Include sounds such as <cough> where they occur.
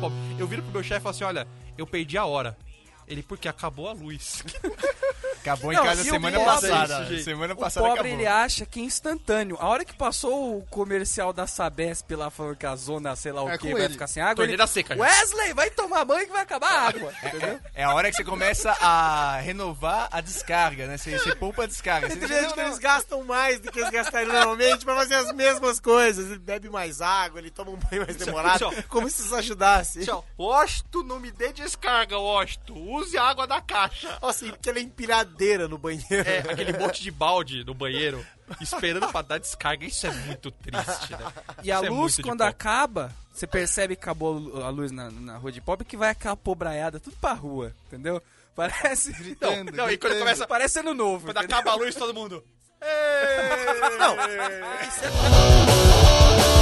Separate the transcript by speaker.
Speaker 1: pobre. Eu viro pro meu chefe e falo assim: olha, eu perdi a hora. Ele, porque acabou a luz. <laughs>
Speaker 2: Acabou
Speaker 3: Não,
Speaker 2: em casa
Speaker 3: e o
Speaker 2: semana
Speaker 3: pobre-
Speaker 2: passada.
Speaker 1: isso, gente.
Speaker 2: semana
Speaker 3: O
Speaker 2: passada
Speaker 3: pobre
Speaker 2: acabou.
Speaker 3: ele acha que é instantâneo. A hora que passou o comercial da Sabesp lá falando que a zona, sei lá o
Speaker 4: É
Speaker 3: que,
Speaker 4: com
Speaker 3: vai
Speaker 4: ele.
Speaker 3: ficar sem água.
Speaker 1: Torneira seca, gente.
Speaker 3: Wesley, vai tomar banho que vai acabar a
Speaker 4: <laughs>
Speaker 3: água. Entendeu?
Speaker 2: É a hora que você começa a renovar a descarga, né? Você, você poupa a descarga. Você
Speaker 4: Tem
Speaker 2: deixa-
Speaker 4: gente que eles gastam mais do que eles gastariam normalmente pra fazer as mesmas coisas. Ele bebe mais água, ele toma um banho mais demorado.
Speaker 1: tchau.
Speaker 4: Como se isso ajudasse.
Speaker 1: Assim, ó, Washington, não me dê descarga, Washington. Use a água da caixa.
Speaker 4: Nossa, e aquela é empilhadeira no banheiro.
Speaker 1: É, aquele monte de balde no banheiro, esperando pra dar descarga. Isso é muito triste, né?
Speaker 3: E a
Speaker 1: Isso é muito
Speaker 3: luz,
Speaker 1: de
Speaker 3: quando
Speaker 1: pobre.
Speaker 3: acaba, você percebe que acabou a lu- a luz na, na rua de pobre, que vai aquela pobraiada tudo pra rua, entendeu? Parece.
Speaker 1: Não, não, e quando começa.
Speaker 3: Parece ano novo.
Speaker 1: Quando
Speaker 3: entendeu?
Speaker 1: acaba a luz, todo mundo.
Speaker 3: Não, isso é-